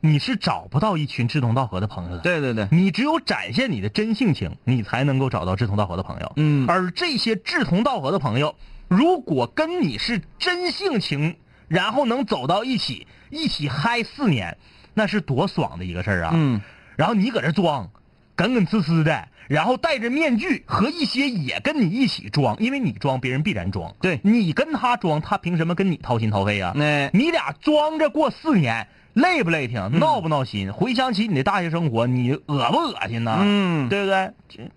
你是找不到一群志同道合的朋友的。，对对对，啊你只有展现你的真性情，你才能够找到志同道合的朋友。嗯而这些志同道合的朋友，如果跟你是真性情，然后能走到一起，一起嗨四年，那是多爽的一个事儿啊！嗯。然后你搁这装，耿耿呲呲的，然后戴着面具和一些也跟你一起装，因为你装，别人必然装。对你跟他装，他凭什么跟你掏心掏肺啊？那你俩装着过四年，累不累挺？嗯闹不闹心？回想起你的大学生活，你恶不恶心呐？嗯对不对？这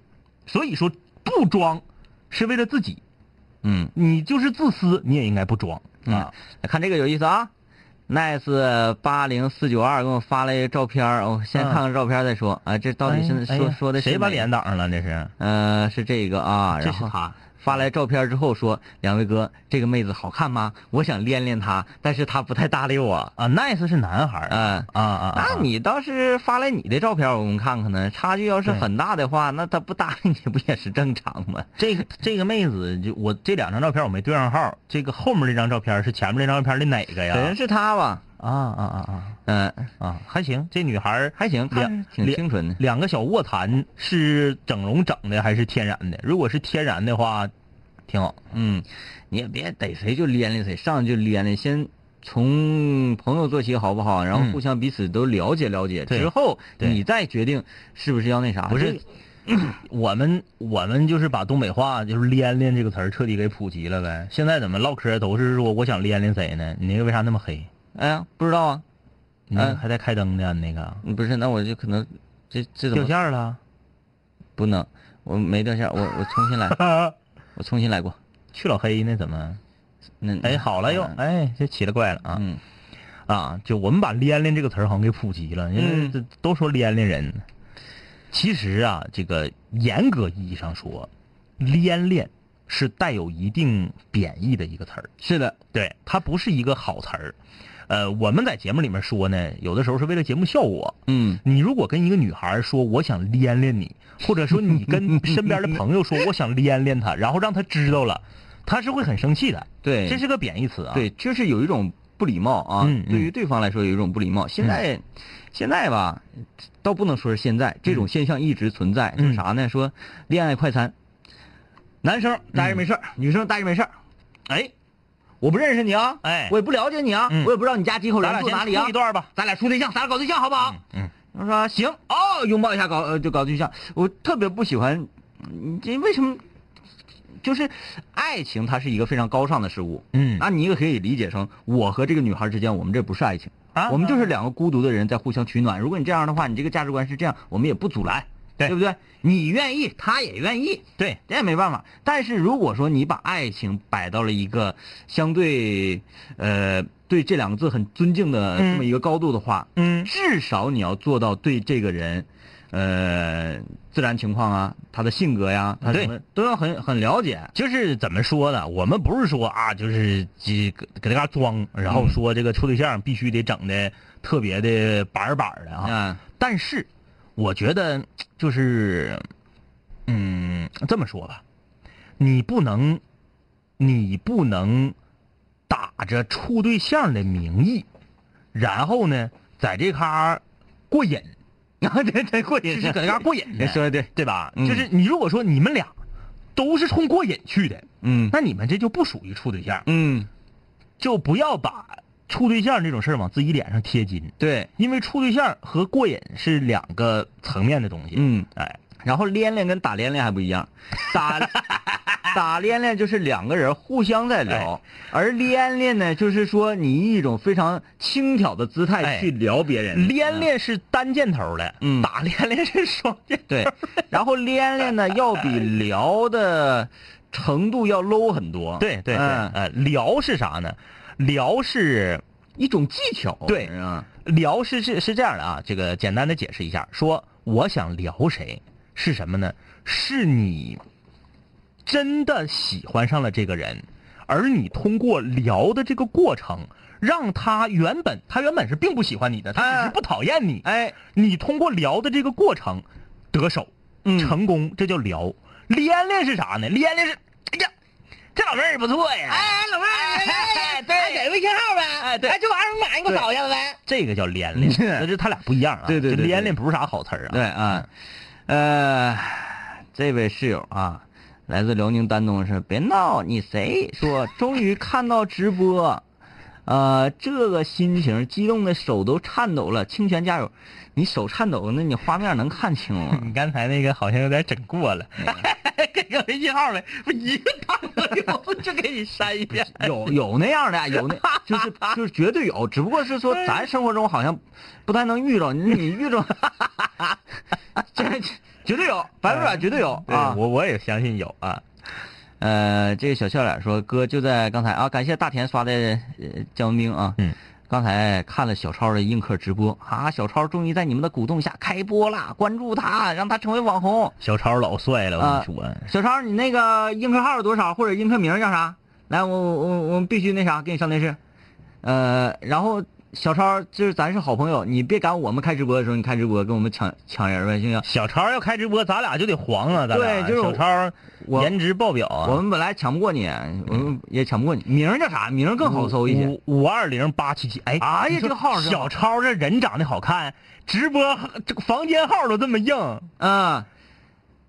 所以说不装是为了自己，嗯。你就是自私，你也应该不装啊。来看这个有意思啊，nice 八零四九二给我发了一个照片儿，我先嗯看看照片儿再说啊。这到底是哎呀说说的是谁把哪个脸挡上了？这是呃，是这个啊，这然是后他发来照片之后说：“两位哥，这个妹子好看吗？我想练练她，但是她不太搭理我。啊，nice 是男孩儿”嗯，啊啊啊！那你倒是发来你的照片，我们看看呢。差距要是对很大的话，那她不搭理你不也是正常吗？这个这个妹子，就我这两张照片我没对上号，这个后面这张照片是前面这张照片的哪个可能呀？是她吧。啊啊啊嗯，啊啊！还行，这女孩儿还行，看着挺两清纯的。两个小卧蚕是整容整的还是天然的？如果是天然的话，挺好。嗯，你也别逮谁就连连谁，上去就连连，先从朋友做起好不好？然后嗯互相彼此都了解了解，对之后对你再决定是不是要那啥。不这是， 我们我们就是把东北话就是“连连”这个词儿彻底给普及了呗。现在怎么唠嗑都是说我想连连谁呢？你那个为啥那么黑？哎呀，不知道啊，你那个嗯还在开灯呢，你那个嗯不是，那我就可能这这怎掉么线儿了。，不能？我没掉线，我我重新来啊我重新来过。去老黑呢？怎么？那哎，好了又，嗯哎，这奇了怪了啊、嗯，啊！就我们把“连连”这个词儿好像给普及了，因为嗯这都说连连人。其实啊，这个严格意义上说，“连连”是带有一定贬义的一个词儿，是的，对，它不是一个好词儿。呃，我们在节目里面说呢，有的时候是为了节目效果。嗯，你如果跟一个女孩说我想连连你，或者说你跟身边的朋友说我想连连她，然后让她知道了，她是会很生气的。对，这是个贬义词啊。对，就是有一种不礼貌啊，嗯嗯对于对方来说有一种不礼貌。现在，现在吧，倒不能说是现在，这种现象一直存在。嗯是啥呢？说恋爱快餐，男生待着没事儿，女生待着没事儿。哎，我不认识你啊，哎我也不了解你啊，嗯我也不知道你家几口咱人俩住哪先里啊啊出一。段吧。咱俩处对象，咱俩搞对象好不好？嗯，他说行哦，拥抱一下搞呃就搞对象，我特别不喜欢，嗯这为什么？就是爱情，它是一个非常高尚的事物。嗯那你也可以理解成我和这个女孩之间，我们这不是爱情，啊我们就是两个孤独的人在互相取暖。如果你这样的话，你这个价值观是这样，我们也不阻拦，对不对？你愿意，他也愿意，对，这也没办法。但是如果说你把爱情摆到了一个相对呃对这两个字很尊敬的这么一个高度的话，嗯至少你要做到对这个人，呃，自然情况啊，他的性格呀，啊他什么都要很很了解。就是怎么说呢？我们不是说啊，就是这搁搁这嘎装，然后说这个处对象必须得整的特别的板儿板儿的啊。啊，但是，我觉得就是，嗯，这么说吧，你不能，你不能打着处对象的名义，然后呢，在这咖过瘾， 然后这这过瘾就是搁这嘎过瘾你 的，说的对，对吧？嗯就是你如果说你们俩都是冲过瘾去的，嗯那你们这就不属于处对象，嗯，就不要把处对象这种事儿往自己脸上贴金，对，因为处对象和过瘾是两个层面的东西。，嗯，哎，然后连连跟打连连还不一样， 打打连连就是两个人互相在聊，哎而连连呢，就是说你以一种非常轻佻的姿态哎去聊别人，连连是单箭头的，嗯打连连是双箭。对，然后连连呢，要比聊的程度要 low 很多。对对对，嗯呃，聊是啥呢？聊是一种技巧。对啊，聊是是是这样的啊，这个简单的解释一下，说我想聊谁是什么呢？是你真的喜欢上了这个人，而你通过聊的这个过程，让他原本他原本是并不喜欢你的，他只是不讨厌你，哎，你通过聊的这个过程得手，嗯成功，这叫聊。连连是啥呢？连连是，哎呀，这老妹儿不错呀，哎，老妹儿，哎 对，给微信号呗，哎，对，这玩意儿买，你给我找一下呗。这个叫连连，那就他俩不一样啊。对对对这对连连不是啥好词儿啊。对啊，呃，这位室友啊，来自辽宁丹东，是别闹，你谁说终于看到直播， 呃，这个心情激动的手都颤抖了，清泉加油！你手颤抖，那你画面能看清吗？你刚才那个好像有点整过了， 给个微信号呗，不一个大朋友就给你删一遍。有有那样的，有那，就是就是绝对有，只不过是哎说咱生活中好像不太能遇着，你你遇着， 这这绝对有，百分之百绝对有哎对，啊。我我也相信有啊。呃，这个小笑脸说，哥就在刚才啊，感谢大田刷的呃、降温兵啊，嗯，刚才看了小超的映客直播啊，小超终于在你们的鼓动下开播啦！关注他，让他成为网红。小超老帅了，我跟你说，小超，你那个映客号是多少，或者映客名儿叫啥？来，我我我们必须那啥，给你上电视。呃，然后小超，就是咱是好朋友，你别赶我们开直播的时候你开直播，跟我们抢抢人呗，行不行？小超要开直播，咱俩就得黄了，咱俩。对就是小超我颜值爆表我啊！们本来抢不过你，我们也抢不过你。名儿叫啥？名儿更好搜一些。五五二零八七七，哎，哎呀你说这个号是小超这人长得好看，直播这个房间号都这么硬。啊，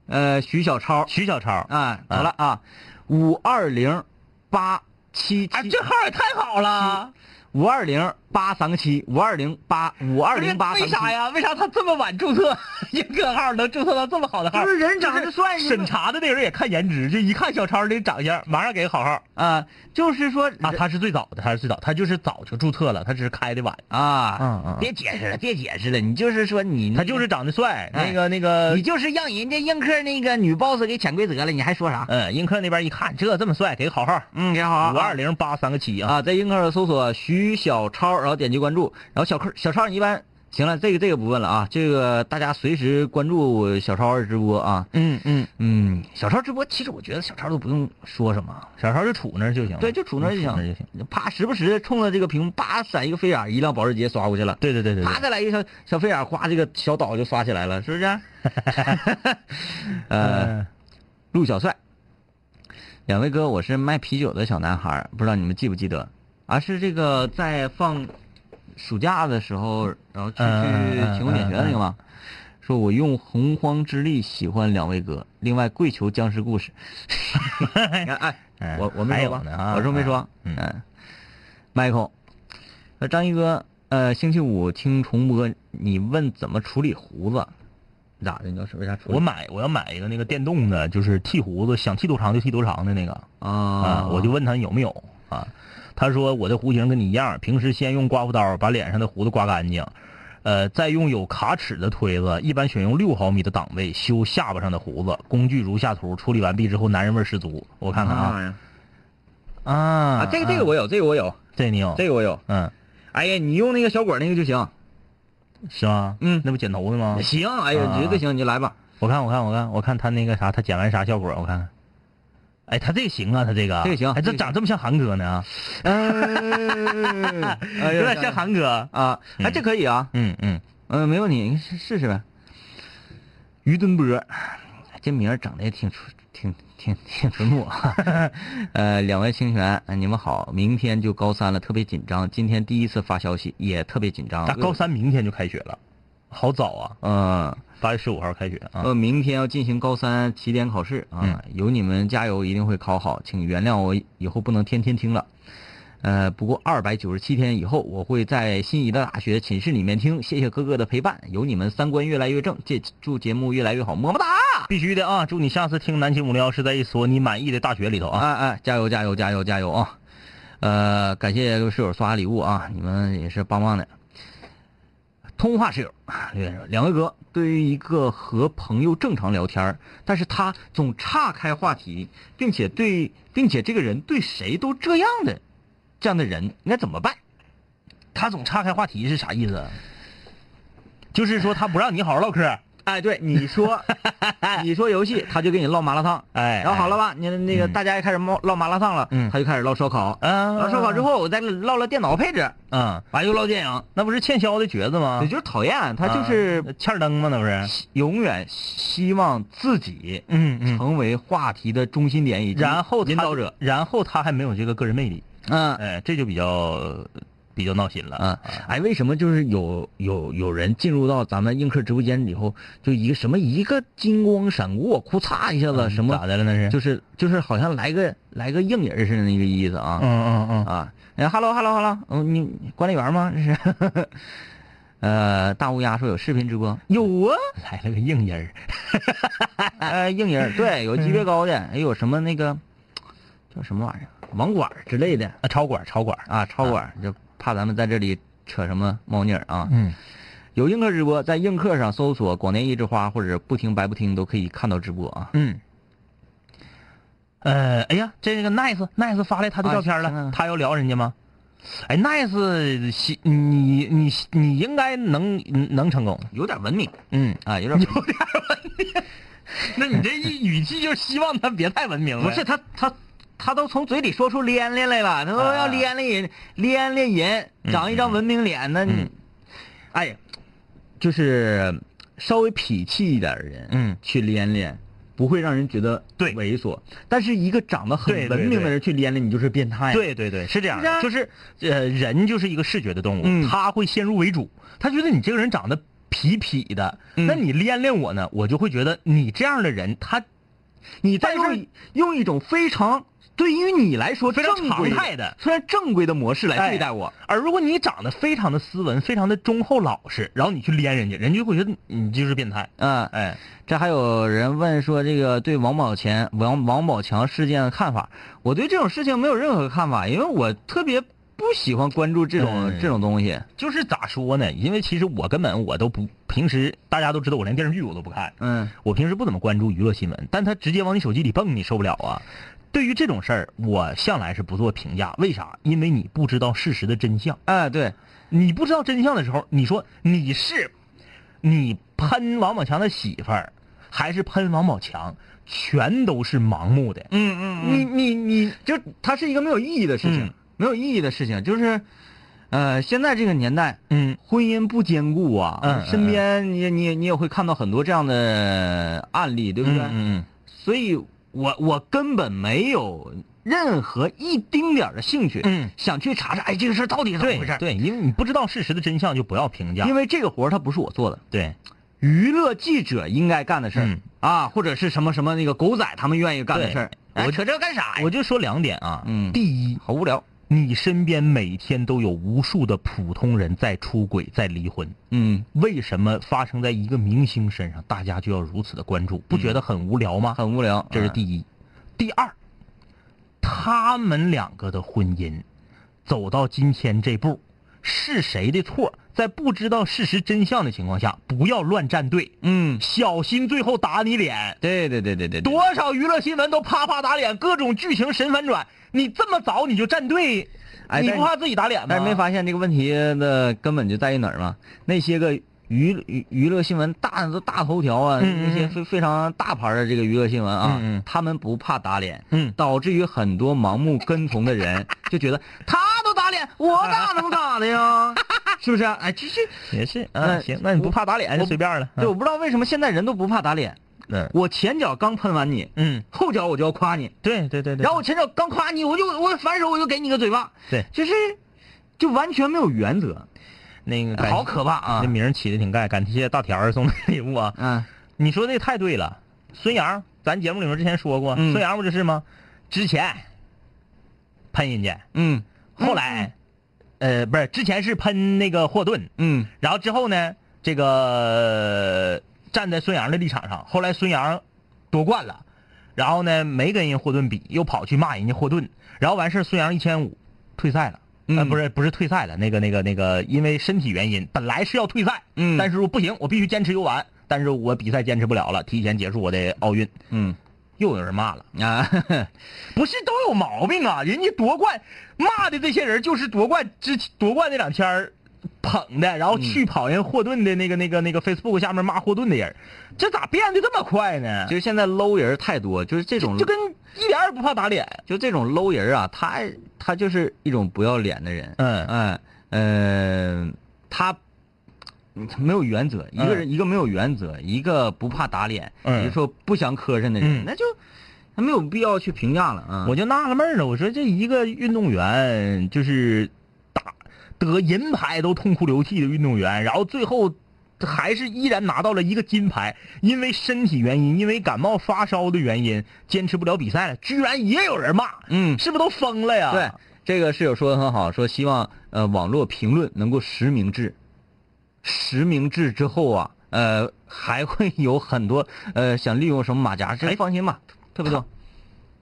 呃，徐小超徐小超，啊，好了啊，五二零八七哎，七，这号也太好了。五二零八三个七，五二零八五二零八，为啥？哎呀？为啥他这么晚注册 一个号，能注册到这么好的号？就是人长得帅就是审查的那人也看颜值，就一看小超这长相，马上给个好号啊，就是说啊！他是最早的，他是最早，他就是早就注册了，他只是开的晚。啊，嗯嗯别解释了，别解释了，你就是说你那他就是长得帅，哎那个那个你，就是让人家映客那个女 boss 给潜规则了，你还说啥？嗯，映客那边一看这这么帅，给个好号，嗯，你好啊，五二零八三个七啊！啊，在映客上搜索徐小超，然后点击关注，然后小客小超你一般行了，这个这个不问了啊，这个大家随时关注小超的直播啊。嗯嗯，嗯，小超直播其实我觉得小超都不用说什么，小超就杵那儿就行了，对，就杵那儿就杵那儿就行行。，啪，时不时冲着这个屏幕，啪闪一个飞眼，一辆保时捷刷过去了。对对对对对啪，再来一个小小飞眼，哗，这个小岛就刷起来了，是不 是？ 呃，嗯陆小帅，两位哥，我是卖啤酒的小男孩儿，不知道你们记不记得？啊，是这个在放暑假的时候，然后去嗯去嗯嗯勤工俭学的那个吗？说我用洪荒之力喜欢两位哥，另外跪求僵尸故 事。你看，哎，嗯我我没还说有吧呢啊，我说没说，嗯嗯，Michael，说张一哥，呃，星期五听重播，你问怎么处理胡子？咋的？你要是为啥处理？我买我要买一个那个电动的，就是剃胡子，想剃多长就剃多长的那个。啊啊，，我就问他有没有啊，他说我的弧形跟你一样，平时先用刮胡刀把脸上的胡子刮干净，呃，再用有卡尺的推子，一般选用六毫米的档位修下巴上的胡子，工具如下图，处理完毕之后男人味儿十足。我看看啊啊啊啊，这个这个我有，这个我有，这你有这个我有。嗯哎呀，你用那个小果那个就行，是吗？嗯那不剪头的吗？行，哎呀，啊绝对行，你就来吧。我看我看我看我看他那个啥，他剪完啥效果？我看看。哎，他这个行啊，他这个这个行哎，这这个长这么像韩哥呢，嗯，哎有呀点像韩哥。啊，哎，嗯这可以啊，嗯嗯，嗯，没问题，你试试试呗。于敦波，这名儿整的也挺纯，挺挺挺淳朴啊。 呃，两位清泉，呃你们好，明天就高三了，特别紧张。今天第一次发消息，也特别紧张。那高，三明天就开学了，好早啊，呃八月十五号开学啊。呃，明天要进行高三起点考试啊嗯，有你们加油，一定会考好，请原谅我以后不能天天听了。呃，不过二百九十七天以后，我会在心仪的大学寝室里面听。谢谢哥哥的陪伴，有你们三观越来越正，这祝节目越来越好，么么哒！必须的啊！祝你下次听南秦五零幺是在一所你满意的大学里头啊啊！啊，加油加油加油加油啊！呃，感谢各位室友刷礼物啊，你们也是棒棒的。通话室友啊留言说：“两位哥，对于一个和朋友正常聊天儿，但是他总岔开话题，并且对，并且这个人对谁都这样的，这样的人应该怎么办？他总岔开话题是啥意思？就是说他不让你好好唠嗑，哎，对，你 说，你说游戏，他就给你唠麻辣烫，哎，然后好了吧，你那个嗯大家也开始唠唠麻辣烫了，嗯他就开始唠烧烤，哎？啊，唠烧烤之，后，我再唠唠电脑配置，嗯，完了又唠电影，那不是欠削的橛子吗也？就是讨厌，他就是啊欠儿灯吗？那不是？永远希望自己嗯嗯。成为话题的中心点以及然后他引导者。，然后他还没有这个个人魅力，嗯哎，这就比较比较闹心了啊嗯，哎，为什么就是有有有人进入到咱们映客直播间以后，就一个什么一个金光闪过，库嚓一下子嗯什么咋，的了？那是？就是就是好像来个来个硬人似的那个意思啊。嗯嗯嗯，啊，哎，hello hello hello，嗯，你管理员吗？这是， 呃，大乌鸦说有视频直播，有啊，来了个硬人儿呃，硬人儿， 嗯对，有级别高的，也有什么那个叫什么玩意儿，网管儿之类的啊，超管超管，啊，超管儿，就怕咱们在这里扯什么猫腻儿啊。嗯，有映客直播，在映客上搜索“广电一枝花”或者“不听白不听”，都可以看到直播啊。嗯，呃，哎呀，这个 nice nice 发来他的照片啊行啊了，他要聊人家吗？哎，nice，西你你你应该能能成功，有点文明嗯，啊，有点文明 那你这一语气就是希望他别太文明了。不是他他他都从嘴里说出连连来了，他说啊要连连人，连连人，长一张文明脸呢。你嗯哎，就是稍微痞气一点的人，嗯去连连。不会让人觉得对猥琐，但是一个长得很对对文明的人去连连，你就是变态。，对对对，是这样的，哎是就啊是呃，人就是一个视觉的动物，嗯他会先入为主，他觉得你这个人长得痞痞的，嗯那你连连我呢，我就会觉得你这样的人，他你再但是用用一种非常对于你来说非常正规常态的虽然正规的模式来哎对待我，而如果你长得非常的斯文，非常的忠厚老实，然后你去连人家，人家就会觉得你就是变态。嗯，哎，这还有人问说，这个对王宝强王王宝强事件的看法？我对这种事情没有任何看法，因为我特别不喜欢关注这种、嗯这种东西。就是咋说呢？因为其实我根本我都不平时大家都知道我连电视剧我都不看，嗯，我平时不怎么关注娱乐新闻，但他直接往你手机里蹦，你受不了啊。对于这种事儿，我向来是不做评价，为啥？因为你不知道事实的真相。哎，对，你不知道真相的时候，你说你是你喷王宝强的媳妇儿，还是喷王宝强，全都是盲目的。嗯嗯你你你，就它是一个没有意义的事情，嗯没有意义的事情，就是，呃，现在这个年代，嗯婚姻不坚固啊，嗯嗯身边你你你也会看到很多这样的案例，对不对？嗯嗯所以我我根本没有任何一丁点儿的兴趣，嗯想去查查，哎，这个事儿到底是怎么回事对儿？对，因为你不知道事实的真相，就不要评价。因为为这个活儿它不是我做的，对，娱乐记者应该干的事儿、嗯啊，或者是什么什么那个狗仔他们愿意干的对事儿。我哎扯这干啥呀？我就说两点啊。嗯第一，好无聊。你身边每天都有无数的普通人在出轨，在离婚。嗯，为什么发生在一个明星身上，大家就要如此的关注？不觉得很无聊吗？嗯很无聊。这是第一。第二，他们两个的婚姻走到今天这步，是谁的错？在不知道事实真相的情况下，不要乱站队，嗯，小心最后打你脸。对对对对对对。多少娱乐新闻都啪啪打脸，各种剧情神反转，你这么早你就站队，哎你但不怕自己打脸吗？但是没发现这个问题的根本就在于哪儿吗？那些个娱娱娱乐新闻大大头条啊，嗯嗯嗯那些非非常大牌的这个娱乐新闻啊，嗯嗯他们不怕打脸，嗯导致于很多盲目跟从的 人就觉得他都打脸，我咋能打的呀？ 是不是、啊？哎，这这，也是那啊，行，那你不怕打脸就我随便了。对，我就不知道为什么现在人都不怕打脸。嗯我前脚刚喷完你，嗯，后脚我就要夸你，对对对对。然后我前脚刚夸你，我就我反手我就给你个嘴巴，对就是就完全没有原则，那个感好可怕啊这！名儿起的挺盖，感谢大条儿送的礼物啊。嗯。你说的也太对了，孙杨，咱节目里面之前说过，嗯孙杨不就是吗？之前喷人家，嗯后来，呃，不是，之前是喷那个霍顿，嗯然后之后呢，这个站在孙杨的立场上，后来孙杨夺冠了，然后呢没跟人霍顿比，又跑去骂人家霍顿，然后完事儿孙杨一千五退赛了。嗯呃，不是不是退赛了，那个那个那个，因为身体原因，本来是要退赛，嗯但是说不行，我必须坚持游玩，但是我比赛坚持不了了，提前结束我的奥运，嗯又有人骂了， 啊，不是都有毛病啊？人家夺冠骂的这些人，就是夺冠之夺冠那两天儿捧的，然后去跑人霍顿的那个那个那个 Facebook 下面骂霍顿的人，这咋变得这么快呢？就是现在 low 人太多，就是这种就跟一点儿也不怕打脸。就这种 low 人啊，他他就是一种不要脸的人，嗯哎呃，他嗯他没有原则，一个人、一个没有原则，一个不怕打脸，嗯一个说不想磕碜的人，嗯那就他没有必要去评价了啊。我就纳了闷儿了，我说这一个运动员就是打得银牌都痛哭流涕的运动员，然后最后还是依然拿到了一个金牌，因为身体原因，因为感冒发烧的原因，坚持不了比赛了，居然也有人骂，嗯是不是都疯了呀？对这个室友说的很好，说希望呃网络评论能够实名制，实名制之后啊，呃还会有很多呃想利用什么马甲，这哎放心吧，特别多。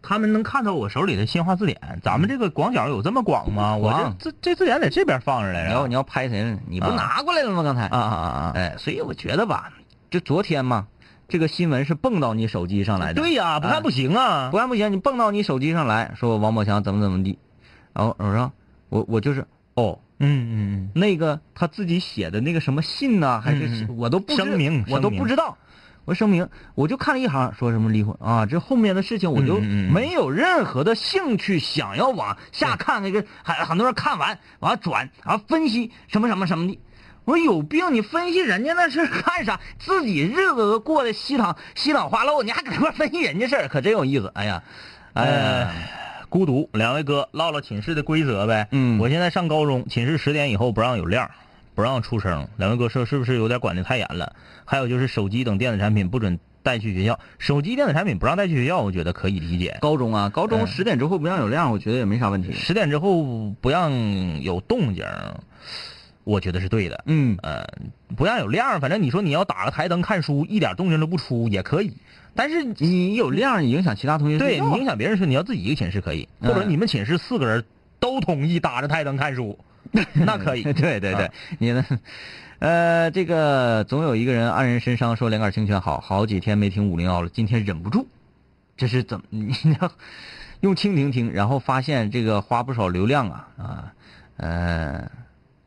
他们能看到我手里的新华字典，咱们这个广角有这么广吗？我嗯广这这这字典在这边放着来然后着你。要拍谁呢？你不啊拿过来了吗？刚才啊啊啊啊！哎，所以我觉得吧，就昨天嘛，这个新闻是蹦到你手机上来的。嗯对呀、不看不行啊！不干不行，你蹦到你手机上来说王宝强怎么怎么地，然后我说我我就是哦，嗯嗯那个他自己写的那个什么信呐、还是嗯嗯我都不知声明我都声明不知道。我声明，我就看了一行，说什么离婚啊，这后面的事情我就嗯嗯嗯没有任何的兴趣想要往下看。那个很很多人看完完了转啊分析什么什么什么的，我说有病，你分析人家那事儿干啥？自己日子都过得稀淌稀淌花落，你还搁这块儿分析人家事儿，可真有意思。哎呀，哎呀，嗯，孤独。两位哥唠唠寝室的规则呗。嗯我现在上高中，寝室十点以后不让有亮，不让出声。两位哥说是不是有点管得太严了？还有就是手机等电子产品不准带去学校，手机电子产品不让带去学校，我觉得可以理解。高中啊，高中嗯十点之后不让有亮，我觉得也没啥问题。十点之后不让有动静，我觉得是对的。嗯，呃，不让有亮，反正你说你要打个台灯看书，一点动静都不出也可以。但是你有亮影响其他同学睡对觉你影响别人睡，你要自己一个寝室可以，嗯或者你们寝室四个人都同意打着台灯看 书，那可以。对对对啊，你呢？呃，这个总有一个人黯然神伤，说连杆清泉好，好几天没听五零幺了，今天忍不住，这是怎么？ 你要用蜻蜓听，然后发现这个花不少流量啊啊，呃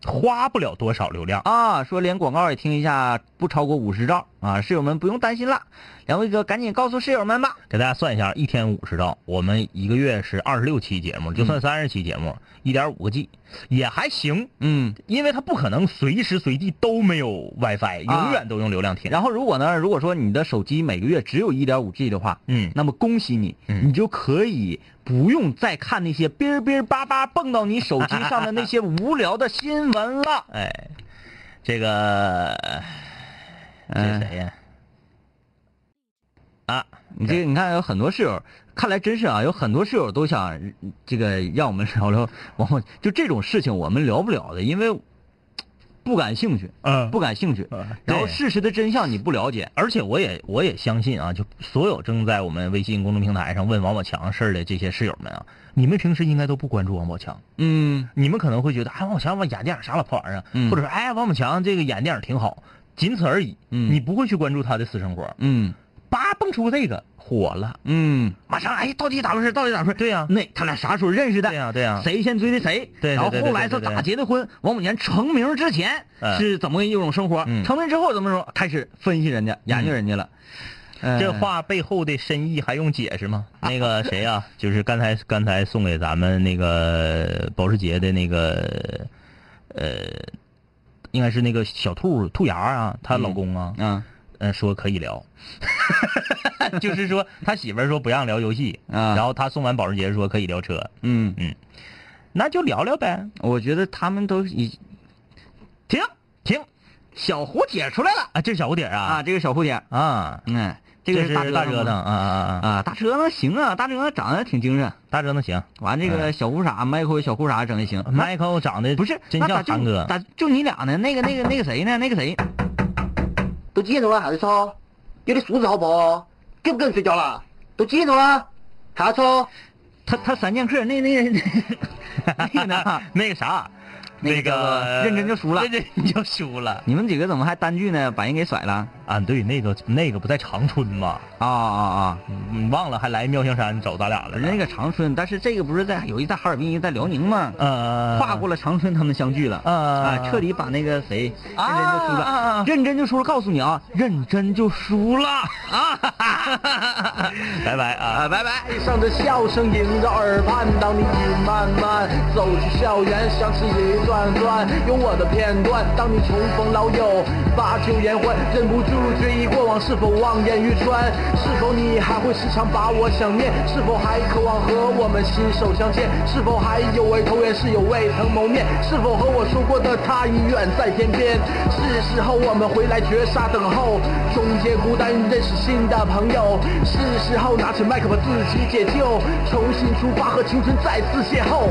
花不了多少流量。啊，说连广告也听一下，不超过五十兆啊，室友们不用担心了，两位哥赶紧告诉室友们吧。给大家算一下，一天五十兆，我们一个月是二十六期节目，就算三十期节目，一点五个 G 也还行，嗯，因为它不可能随时随地都没有 WiFi，啊永远都用流量听。然后如果呢，如果说你的手机每个月只有一点五 G 的话，嗯那么恭喜你，嗯你就可以不用再看那些哔儿哔儿叭叭蹦到你手机上的那些无聊的新闻了。哎，这个这嗯谁呀？啊， 你这个你看有很多室友，看来真是啊，有很多室友都想嗯这个让我们聊聊王后，就这种事情我们聊不了的，因为不感兴趣，嗯不感兴趣嗯。然后对事实的真相你不了解，而且我也我也相信啊，就所有正在我们微信公众平台上问王宝强事儿的这些室友们啊，你们平时应该都不关注王宝强，嗯，你们可能会觉得，哎，王宝强演电影啥老破玩意儿啊，嗯或者说，哎，王宝强这个演电影挺好，仅此而已。嗯你不会去关注他的私生活，嗯叭蹦出这个火了，嗯，马上哎，到底咋回事？到底咋回事？对呀、那他俩啥时候认识的？对呀、对呀、谁先追的谁，对对然后对对后来对他对对咋结的婚？王宝强成名之前嗯是怎么一种生活？嗯成名之后怎么说？开始分析人家，研究人家了。呃这话背后的深意还用解释吗？那个谁呀、就是刚才刚才送给咱们那个保时捷的那个，呃，应该是那个小兔兔牙啊，她老公啊，啊嗯、说可以聊，就是说他媳妇儿说不让聊游戏，啊然后他送完保时捷说可以聊车，嗯，那就聊聊呗。我觉得他们都已停停小胡姐出来了啊，这是小蝴蝶啊，啊这个小胡姐，啊，嗯，这这个是大大折腾吗啊啊啊啊，啊，大折腾行啊，大折腾长得挺精神。大折腾行完这哎个小裤衩，Michael 小裤衩整的行，啊，Michael 长得不是，真那像咋就韩哥，咋就你俩呢？那个那个那个谁呢？那个谁？都几点钟了还在吵？有点素质好不好？跟不跟人睡觉了？都几点钟了还在吵？他他三剑客那那 那那个 呢？那个啥，那个叫做个认真就输了认真就输了你们几个怎么还单据呢？把人给甩了？ 啊！对，那个那个不在长春吗？啊啊啊！你忘了还来妙香山找咱俩了？人那个长春，但是这个不是在有一在哈尔滨，一个在辽宁吗？呃，跨过了长春，他们相聚了。啊啊，彻底把那个谁认真就输啊啊了，认真就输了。告诉你啊，认真就输了啊！ 拜拜啊！拜拜。带上的笑声迎着耳畔，当你已慢慢走进校园，想起一段段有我的片段。当你重逢老友，把酒言欢，忍不住追忆过往，是否望眼欲穿？是否你还会时常把我想念？是否还渴望和我们携手相见？是否还有位同源室友未曾谋面？是否和我说过的他已远在天边？是时候我们回来绝杀等候，终结孤单，认识新的朋友。是时候拿起麦克把自己解救，重新出发，和青春再次邂逅。